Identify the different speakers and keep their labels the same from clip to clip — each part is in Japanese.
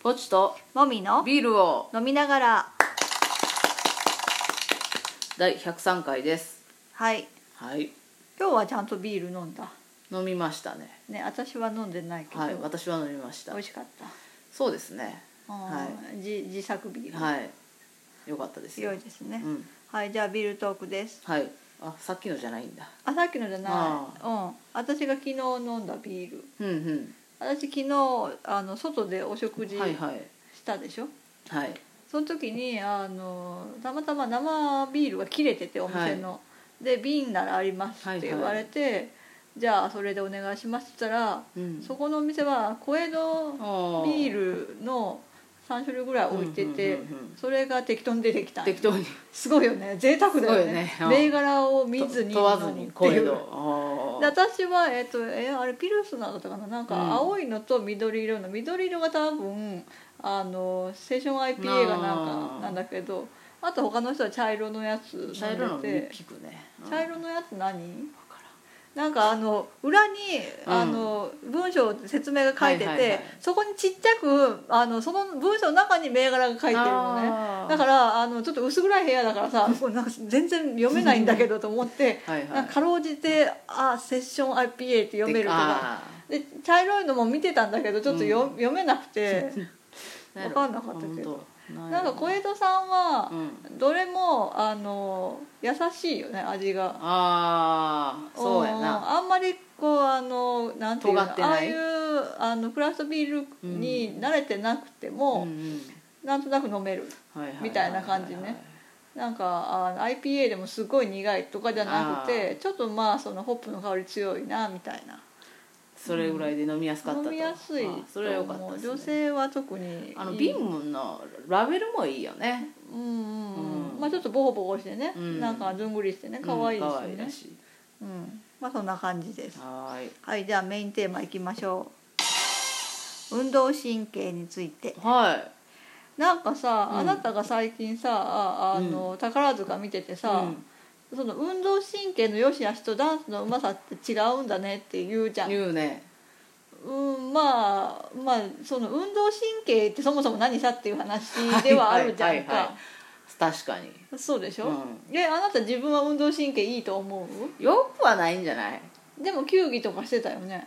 Speaker 1: ポチと
Speaker 2: もみの
Speaker 1: ビールを
Speaker 2: 飲みながら
Speaker 1: 第103回です
Speaker 2: はい
Speaker 1: はい
Speaker 2: 今日はちゃんとビール飲んだ
Speaker 1: 飲みましたね
Speaker 2: ね私は飲んでないけど、
Speaker 1: はい私は飲みました
Speaker 2: 美味しかった
Speaker 1: そうですね
Speaker 2: あーじ自作ビール、
Speaker 1: はいよかったです
Speaker 2: 良いですね、
Speaker 1: うん
Speaker 2: はいじゃあビールトークです
Speaker 1: はいあさっきのじゃないんだ
Speaker 2: あさっきのじゃ
Speaker 1: あ
Speaker 2: ないうん私が昨日飲んだビール
Speaker 1: うん
Speaker 2: 私昨日あの外でお食
Speaker 1: う
Speaker 2: 事
Speaker 1: んはいはい
Speaker 2: したでしょ、
Speaker 1: はい
Speaker 2: その時にあのたまたま生ビールが切れててお店の、で瓶ならありますって言われて、じゃあそれでお願いしますって言ったら、
Speaker 1: うん
Speaker 2: そこのお店は小江戸ビ
Speaker 1: ビール
Speaker 2: ールの3種類ぐらい置いてて、
Speaker 1: うんうんうんうん
Speaker 2: それが適当に出てきた
Speaker 1: 適当に
Speaker 2: すごいよね贅沢だよね
Speaker 1: すごいよねうん
Speaker 2: 銘柄を見ずに
Speaker 1: と問わず
Speaker 2: 飲む
Speaker 1: に
Speaker 2: ってい
Speaker 1: 声
Speaker 2: う
Speaker 1: を
Speaker 2: で私は、えっとえあれピルスなのだったかななんか
Speaker 1: うん
Speaker 2: 青いのと緑色の緑色が多分あの青春 IPA がなん
Speaker 1: あ
Speaker 2: か
Speaker 1: ー
Speaker 2: なんだけどあと他の人は茶色のやつ飲んでて
Speaker 1: 茶色の聞くねうん
Speaker 2: 茶色のやつ何
Speaker 1: わからん
Speaker 2: なんかあの裏に
Speaker 1: うん
Speaker 2: あの文章説明が書いてて、
Speaker 1: はいはいはい
Speaker 2: そこにちっちゃくあのその文章の中に銘柄が書いてるのね
Speaker 1: あー
Speaker 2: だからあのちょっと薄暗い部屋 だからさこれなんか全然読めないんだけどと思って
Speaker 1: はいはい
Speaker 2: なんかかろうじて「あセッション IPA」って読めるとか
Speaker 1: あ
Speaker 2: で茶色いのも見てたんだけどちょっとよ、読めなくて
Speaker 1: ー
Speaker 2: わかんなかったけど
Speaker 1: ほとい
Speaker 2: なんか小江戸さんは
Speaker 1: うん
Speaker 2: どれもあの優しいよね味が。
Speaker 1: ああそうやな
Speaker 2: うんあんまりこうあのなんていうの
Speaker 1: 尖ってない
Speaker 2: ああいうあのクラフトビールに慣れてなくても、
Speaker 1: うん
Speaker 2: なんとなく飲める
Speaker 1: うんはいははは
Speaker 2: みたいな感じねなんかあの IPA でもすごい苦いとかじゃなくてちょっとまあそのホップの香り強いなみたいな
Speaker 1: それぐらいで飲みやすかったと
Speaker 2: 飲みやすい
Speaker 1: あそれはよかったで
Speaker 2: と思う
Speaker 1: す、ね、
Speaker 2: 女性は特に
Speaker 1: あの
Speaker 2: いい
Speaker 1: 瓶のラベルもいいよね
Speaker 2: うんうんうん、
Speaker 1: うん
Speaker 2: まあちょっとボコボコしてね、
Speaker 1: うん
Speaker 2: なんかずんぐりしてね可愛いし
Speaker 1: うん可愛
Speaker 2: ね
Speaker 1: ら、しい
Speaker 2: うんまあそんな感じです
Speaker 1: はーい
Speaker 2: はいじゃあメインテーマいきましょう運動神経について
Speaker 1: はい
Speaker 2: なんかさ、
Speaker 1: うん
Speaker 2: あなたが最近さああの、宝塚見ててさ、
Speaker 1: うん
Speaker 2: その運動神経の良し悪しとダンスのうまさって違うんだねって言うじゃん、
Speaker 1: 言うね
Speaker 2: うん、まあまあその運動神経ってそもそも何さっていう話ではあるじゃん
Speaker 1: はいはいはい
Speaker 2: か
Speaker 1: はい確かに
Speaker 2: そうでしょ、
Speaker 1: う
Speaker 2: えあなた自分は運動神経いいと思
Speaker 1: よくはないんじゃないう
Speaker 2: でも球技とかしてたよね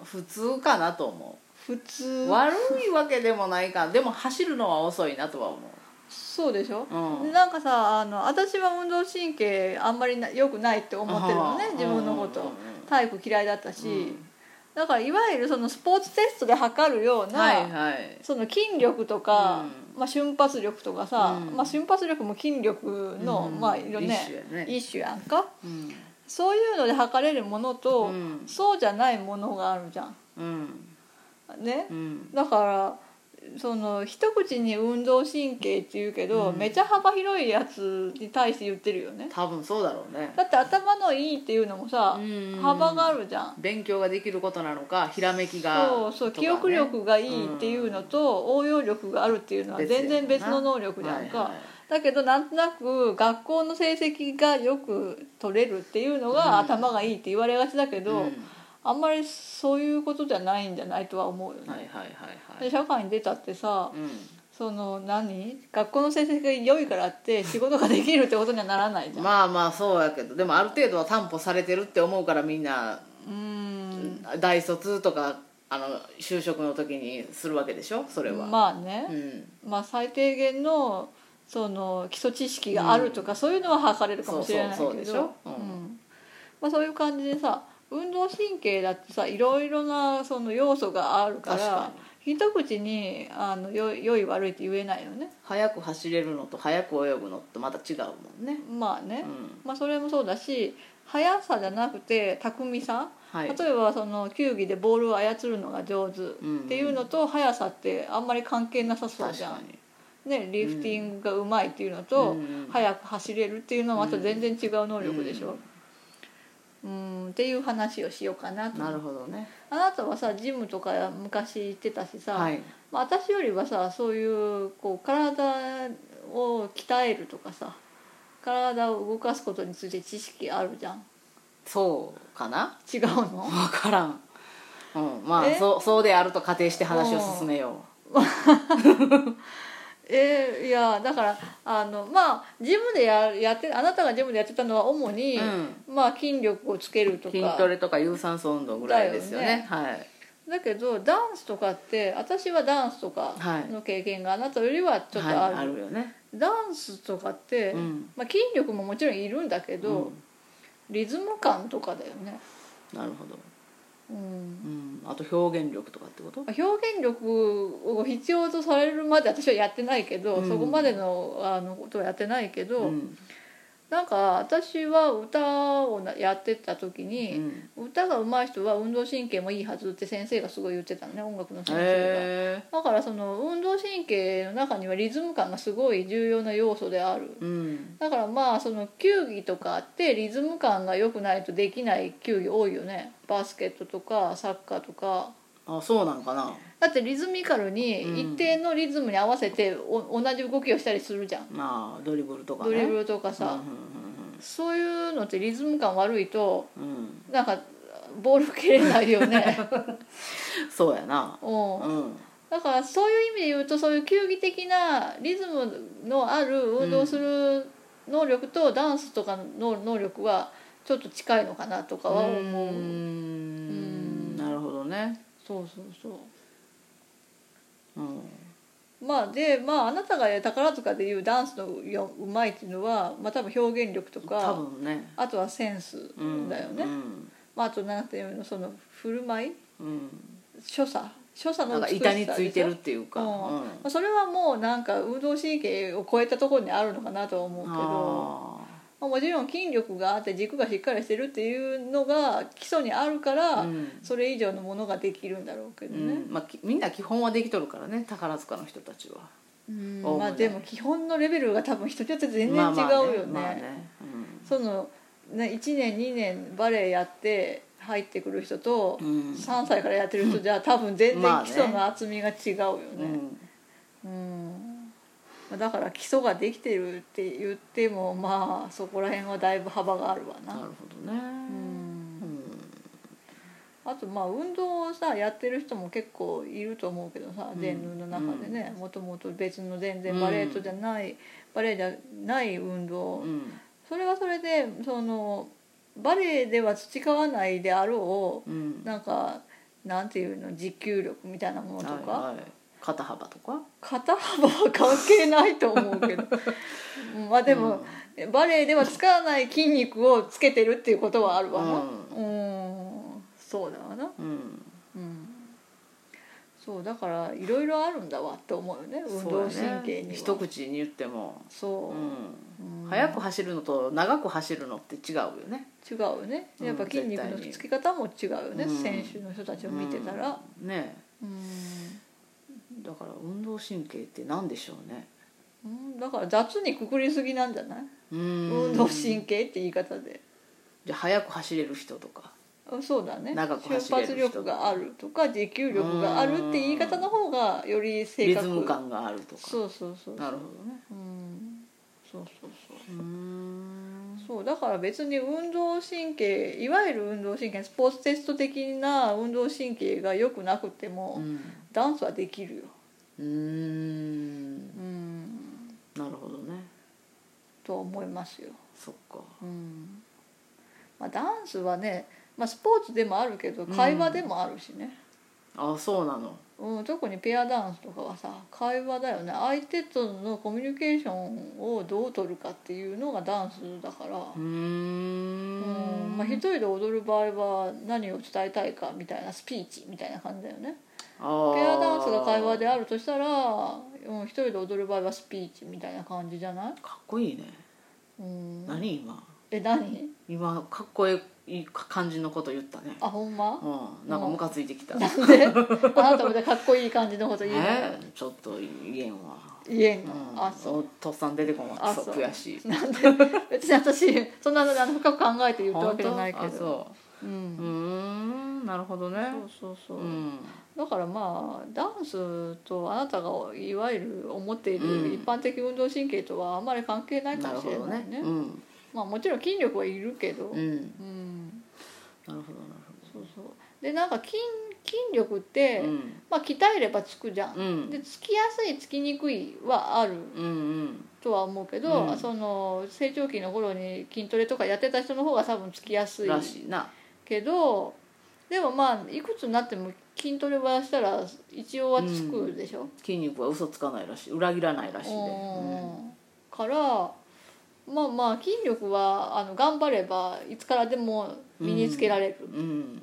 Speaker 1: うん普通かなと思
Speaker 2: 普
Speaker 1: う
Speaker 2: 通
Speaker 1: 悪いわけでもないかでも走るのは遅いなとは思う
Speaker 2: そうでしょ、
Speaker 1: うん
Speaker 2: でなんかさあの私は運動神経あんまりな良くないって思ってるのね
Speaker 1: あは
Speaker 2: 自分のこと、
Speaker 1: うんうんうん
Speaker 2: 体育嫌いだったし、
Speaker 1: うん
Speaker 2: だからいわゆるそのスポーツテストで測るような、
Speaker 1: はいはい
Speaker 2: その筋力とか、まあ、瞬発力とかさ、
Speaker 1: うん
Speaker 2: まあ、瞬発力も筋力の、
Speaker 1: うん
Speaker 2: まあいろね
Speaker 1: 一種やね
Speaker 2: 一種やんか
Speaker 1: うん
Speaker 2: そういうので測れるものと、
Speaker 1: うん
Speaker 2: そうじゃないものがあるじゃん。
Speaker 1: うん
Speaker 2: ね
Speaker 1: う、ん
Speaker 2: だからその一口に運動神経って言うけど、
Speaker 1: うん
Speaker 2: めちゃ幅広いやつに対して言ってるよね
Speaker 1: 多分そうだろうね
Speaker 2: だって頭のいいっていうのもさ、
Speaker 1: うん
Speaker 2: 幅があるじゃん
Speaker 1: 勉強ができることなのかひらめきが
Speaker 2: そうそう
Speaker 1: とかね
Speaker 2: 記憶力がいいっていうのと応用力があるっていうのは全然別の能力じゃんか、
Speaker 1: はいはい
Speaker 2: だけどなんとなく学校の成績がよく取れるっていうのが頭がいいって言われがちだけど、
Speaker 1: うん
Speaker 2: あんまりそういうことじゃないんじゃないとは思うよね、
Speaker 1: はいはいはいは
Speaker 2: で
Speaker 1: い
Speaker 2: 社会に出たってさ
Speaker 1: うん
Speaker 2: その何学校の成績が良いからって仕事ができるってことにはならないじゃん、
Speaker 1: まあまあそうやけどでもある程度は担保されてるって思うからみんな
Speaker 2: うーん
Speaker 1: 大卒とかあの就職の時にするわけでしょそれは、
Speaker 2: まあね
Speaker 1: う、ん、
Speaker 2: まあ最低限のその基礎知識があるとか、そういうのは測れるかもしれないけ
Speaker 1: そ
Speaker 2: ど
Speaker 1: うそうそうでしょうん
Speaker 2: んまあ、そういう感じでさ運動神経だってさいろいろなその要素があるから
Speaker 1: 確か
Speaker 2: 一口にあのよ良い悪いって言えないよね
Speaker 1: 早く走れるのと早く泳ぐのってまた違うもんね、
Speaker 2: まあね、
Speaker 1: うん
Speaker 2: まあ、それもそうだし速さじゃなくて巧みさ、
Speaker 1: はい、
Speaker 2: 例えばその球技でボールを操るのが上手っていうのと速さってあんまり関係なさそう
Speaker 1: 確
Speaker 2: じゃん
Speaker 1: かに
Speaker 2: ね、リフティングがうまいっていうのと、
Speaker 1: うん
Speaker 2: 速く走れるっていうのはまた全然違う能力でしょ、うんっていう話をしようかなと
Speaker 1: なるほどね
Speaker 2: あなたはさジムとか昔行ってたしさ、
Speaker 1: はい
Speaker 2: まあ、私よりはさそういうこう体を鍛えるとかさ体を動かすことについて知識あるじゃん
Speaker 1: そうかな
Speaker 2: 違うの
Speaker 1: 分からん、うん、まあ
Speaker 2: え
Speaker 1: そうそうであると仮定して話を進めよう
Speaker 2: えーいやだからあのまあジムでややってあなたがジムでやってたのは主に、
Speaker 1: う
Speaker 2: まあ、筋力をつけると
Speaker 1: 筋
Speaker 2: か
Speaker 1: トレとか有酸素運動ぐらいですよねはい
Speaker 2: だけどダンスとかって私はダンスとか
Speaker 1: はい
Speaker 2: の経験があなたよりはちょっと
Speaker 1: はい
Speaker 2: ある,、
Speaker 1: あるよね
Speaker 2: ダンスとかって、
Speaker 1: うん
Speaker 2: まあ、筋力ももちろんいるんだけど、リズム感とかだよね、
Speaker 1: なるほど
Speaker 2: うん
Speaker 1: うんあと表現力とかってこと
Speaker 2: まあ表現力を必要とされるまで私はやってないけど、
Speaker 1: うん
Speaker 2: そこまでのあのことはやってないけど、
Speaker 1: うん
Speaker 2: なんか私は歌をなやってた時
Speaker 1: う
Speaker 2: に、
Speaker 1: ん
Speaker 2: 歌が上手い人は運動神経もいいはずって先生がすごい言ってたのね音楽の先生が。
Speaker 1: へ
Speaker 2: だからその運動神経の中にはリズム感がすごい重要な要素である
Speaker 1: えうん
Speaker 2: だからまあその球技とかってリズム感が良くないとできない球技多いよねバスケットとかサッカーとか
Speaker 1: あそうなんかな
Speaker 2: だってリズミカルに一定のリズムに合わせてお同じ動きをしたりするじゃん
Speaker 1: まあドリブルとか
Speaker 2: ド
Speaker 1: ね
Speaker 2: リブルとかさ、そういうのってリズム感悪いと
Speaker 1: うんうんうんうん
Speaker 2: なんかボール蹴れないよね、
Speaker 1: そうやな
Speaker 2: うん
Speaker 1: う、ん
Speaker 2: だからそういう意味で言うとそういう球技的なリズムのある運動をする能力とダンスとかの能力はちょっと近いのかなとかは思う、
Speaker 1: ーん
Speaker 2: ん
Speaker 1: なるほどね
Speaker 2: そうそうそう
Speaker 1: うん
Speaker 2: まあでまああなたが宝塚でいうダンスのようまいっていうのは、まあ、多分表現力と
Speaker 1: 多
Speaker 2: か
Speaker 1: 分ね
Speaker 2: あとはセンス
Speaker 1: うん
Speaker 2: だよね、
Speaker 1: うん
Speaker 2: まあ、あとなんていうのその振る舞い
Speaker 1: うん
Speaker 2: 所作所作
Speaker 1: な
Speaker 2: の
Speaker 1: んか
Speaker 2: 美しさ
Speaker 1: 板についてるっていう
Speaker 2: う
Speaker 1: か
Speaker 2: ん
Speaker 1: うん
Speaker 2: まあそれはもうなんか運動神経を超えたところにあるのかなとは思うけど
Speaker 1: あ
Speaker 2: まあ、もちろん筋力があって軸がしっかりしてるっていうのが基礎にあるから、
Speaker 1: ーうん
Speaker 2: それ以上のものができるんだろうけどね
Speaker 1: う、んまあ、きみんな基本はできとるからね宝塚の人たちは
Speaker 2: うん
Speaker 1: おおむね
Speaker 2: まあでも基本のレベルが多分人によって全然
Speaker 1: ま
Speaker 2: 違
Speaker 1: あ
Speaker 2: う
Speaker 1: まあ
Speaker 2: よね,、
Speaker 1: まあねうん
Speaker 2: そのね1年2年バレエやって入ってくる人と、
Speaker 1: うん
Speaker 2: 3歳からやってる人じゃ多分全
Speaker 1: まあね
Speaker 2: 然基礎の厚みが違うよね,、
Speaker 1: うん
Speaker 2: うんまあだから基礎ができてるって言ってもまあそこら辺はだいぶ幅があるわな
Speaker 1: なるほどね
Speaker 2: うん
Speaker 1: うん
Speaker 2: あとまあ運動をさやってる人も結構いると思うけどさ
Speaker 1: うん
Speaker 2: 全運の中でねもともと別の全然バレエとじゃない、バレエじゃない運動、
Speaker 1: うん
Speaker 2: それはそれでそのバレエでは培わないであろ
Speaker 1: うん
Speaker 2: うなんかなんていうの持久力みたいなものとか、
Speaker 1: はいはい肩幅とか
Speaker 2: 肩幅は関係ないと思うけどうんまあでも、バレエでは使わない筋肉をつけてるっていうことはあるわなうんそうだわな
Speaker 1: うん
Speaker 2: うんそうだからいろいろあるんだわって思うよね運
Speaker 1: そ
Speaker 2: 動
Speaker 1: うやね
Speaker 2: 神経には
Speaker 1: 一口に言っても
Speaker 2: そうう、
Speaker 1: ん
Speaker 2: うん
Speaker 1: 速く走るのと長く走るのって違うよね
Speaker 2: 違うよねやっぱ
Speaker 1: うん
Speaker 2: 筋肉のつき方も違うよね、
Speaker 1: 絶対に
Speaker 2: 選手の人たちを見てたら
Speaker 1: うんね
Speaker 2: うん、
Speaker 1: だから運動神経って何でしょうね
Speaker 2: うんだから雑にくくりすぎなんじゃない、
Speaker 1: 運
Speaker 2: 運動神経って言い方で
Speaker 1: じゃあ速く走れる人とか
Speaker 2: あそうだね
Speaker 1: 長く走
Speaker 2: 瞬
Speaker 1: れる人
Speaker 2: 発力があるとか持久力があるって言い方の方がより正
Speaker 1: リ
Speaker 2: 確
Speaker 1: ズム感があるとか
Speaker 2: そうそうそう
Speaker 1: なるほどね
Speaker 2: うんそうそうそう
Speaker 1: うーん
Speaker 2: そうだから別に運動神経いわゆる運動神経スポーツテスト的な運動神経が良くなくても、
Speaker 1: うん
Speaker 2: ダンスはできるよ
Speaker 1: うーん
Speaker 2: うん
Speaker 1: なるほどね
Speaker 2: と思いますよ、
Speaker 1: そっか
Speaker 2: うんまあ、ダンスはね、まあ、スポーツでもあるけど会話でもあるしね、
Speaker 1: あそうなの
Speaker 2: うん特にペアダンスとかはさ会話だよね相手とのコミュニケーションをどう取るかっていうのがダンスだから、
Speaker 1: うー
Speaker 2: うんんまあ、一人で踊る場合は何を伝えたいかみたいなスピーチみたいな感じだよねペ
Speaker 1: ペ
Speaker 2: アダンスが会話で
Speaker 1: あ
Speaker 2: あるとしたら、うん、一人で踊る場合はスピーチみたいな感じじゃない、
Speaker 1: ーかっこいいね
Speaker 2: うん、
Speaker 1: 何今
Speaker 2: え何
Speaker 1: 今かっこいい感じのこと言ったね
Speaker 2: あほんま
Speaker 1: うんなんかムカついてきた
Speaker 2: なんであなたまでかっこいい感じのこと言うの
Speaker 1: えちょっと言えんわ
Speaker 2: 言えん
Speaker 1: う
Speaker 2: の、
Speaker 1: ん
Speaker 2: あそう
Speaker 1: おとっさん出てこな
Speaker 2: あ
Speaker 1: いそう
Speaker 2: そう
Speaker 1: 悔しい
Speaker 2: なんで別に私そんなあの深く考えて言ったわけじゃないけ
Speaker 1: 本当あ
Speaker 2: ど、
Speaker 1: そうううんーんなるほどね
Speaker 2: そうそうそう、
Speaker 1: うん
Speaker 2: だからまあダンスとあなたがいわゆる思ってい
Speaker 1: うん
Speaker 2: る一般的運動神経とはあんまり関係ないか
Speaker 1: なる
Speaker 2: もし
Speaker 1: ほ
Speaker 2: れ
Speaker 1: ど
Speaker 2: ない
Speaker 1: ね
Speaker 2: ね
Speaker 1: うん
Speaker 2: まあもちろん筋力はいるけど
Speaker 1: うん
Speaker 2: うん
Speaker 1: なるほどなる
Speaker 2: そうそうでなんか筋筋力って、
Speaker 1: うん
Speaker 2: まあ、鍛えればつくじゃん、
Speaker 1: うん
Speaker 2: でつきやすいつきにくいはある
Speaker 1: うんうん
Speaker 2: とは思うけど、
Speaker 1: うん
Speaker 2: その成長期の頃に筋トレとかやってた人の方が多分つきやすい
Speaker 1: らしいな
Speaker 2: けどでもまあいくつになっても筋トレはしたら一応はつくでしょ、
Speaker 1: 筋肉は嘘つかないらしい裏切らないらしいで、うん
Speaker 2: うんからまあまあ筋力はあの頑張ればいつからでも身につけられる、
Speaker 1: うん、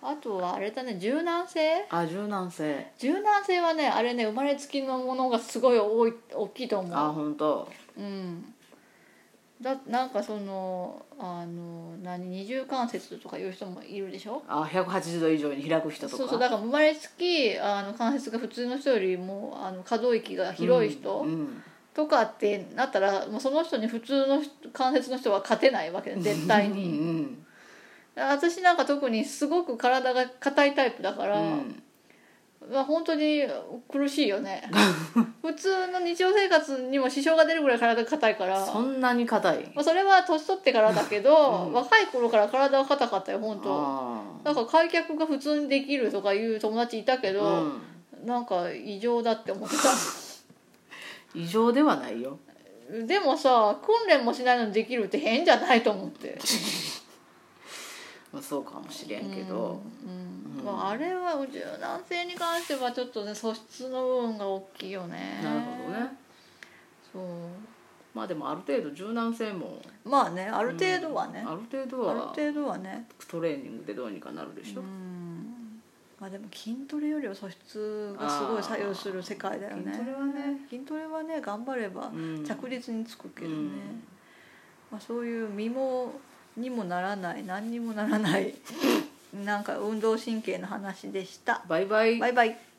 Speaker 2: あとはあれだね柔軟性
Speaker 1: あ柔軟性
Speaker 2: 柔軟性はねあれね生まれつきのものがすごい多い大きいと
Speaker 1: あ
Speaker 2: 思
Speaker 1: 本当
Speaker 2: ううんだなんかそのあの何二重関節とかいう人もいるでしょ
Speaker 1: あ180度以上に開く人とか
Speaker 2: そうそうだから生まれつきあの関節が普通の人よりもあの可動域が広い人、
Speaker 1: うんうん
Speaker 2: とかってなったらもうその人に普通の人関節の人は勝てないわけ絶対
Speaker 1: う
Speaker 2: に
Speaker 1: ん
Speaker 2: 私なんか特にすごく体が硬いタイプだか
Speaker 1: う
Speaker 2: ら、
Speaker 1: ん
Speaker 2: まあ本当に苦しい よね普通の日常生活にも支障が出るぐらい体が硬いから
Speaker 1: そんなに硬い
Speaker 2: まあ、それは年取ってからだけど、
Speaker 1: うん
Speaker 2: 若い頃から体は硬かったよ本当
Speaker 1: あ
Speaker 2: なんか開脚が普通にできるとかいう友達いたけ
Speaker 1: ー
Speaker 2: ど、
Speaker 1: うん
Speaker 2: なんか異常だって思って
Speaker 1: 異常ではないよ
Speaker 2: たでもさ訓練もしないのにできるって変じゃないと思って
Speaker 1: まあそうかもしれんけど、
Speaker 2: うん
Speaker 1: うん
Speaker 2: まあ、あれは柔軟性に関してはちょっとね素質の部分が大きいよね
Speaker 1: なるほどね
Speaker 2: そう
Speaker 1: まあでもある程度柔軟性も
Speaker 2: まあねあ
Speaker 1: あ
Speaker 2: る程度はね、
Speaker 1: ある程度
Speaker 2: ある
Speaker 1: は
Speaker 2: 程度はね
Speaker 1: トレーニングでどうにかなるでし
Speaker 2: う
Speaker 1: ょ、
Speaker 2: んまあでも筋トレよりは素質がすごい左右する世界だよね
Speaker 1: あー筋トレはね
Speaker 2: 筋トレはね頑張れば
Speaker 1: うん
Speaker 2: 着実につくけどね、
Speaker 1: うん
Speaker 2: まあ、そういう身もにもならない何にもならないなんか運動神経の話でした
Speaker 1: バイバイ
Speaker 2: バイバイ